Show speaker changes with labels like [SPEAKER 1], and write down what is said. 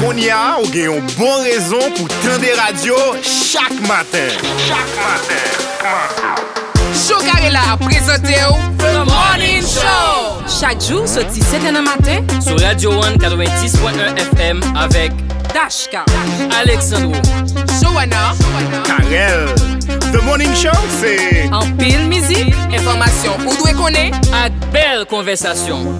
[SPEAKER 1] Konya, ou gen yon bon rezon pou tende radio chak maten. Chak maten.
[SPEAKER 2] Chokarela a prezante ou
[SPEAKER 3] The Morning Show
[SPEAKER 2] Chak jou, soti 7 an an matin
[SPEAKER 3] Sou Radio 1 90.1 FM Avèk
[SPEAKER 2] Dashka
[SPEAKER 3] Aleksandrou
[SPEAKER 2] Joanna
[SPEAKER 1] Karel. The Morning Show, se...
[SPEAKER 2] An pil mizi Informasyon ou dwe kone
[SPEAKER 3] Ak bel konversasyon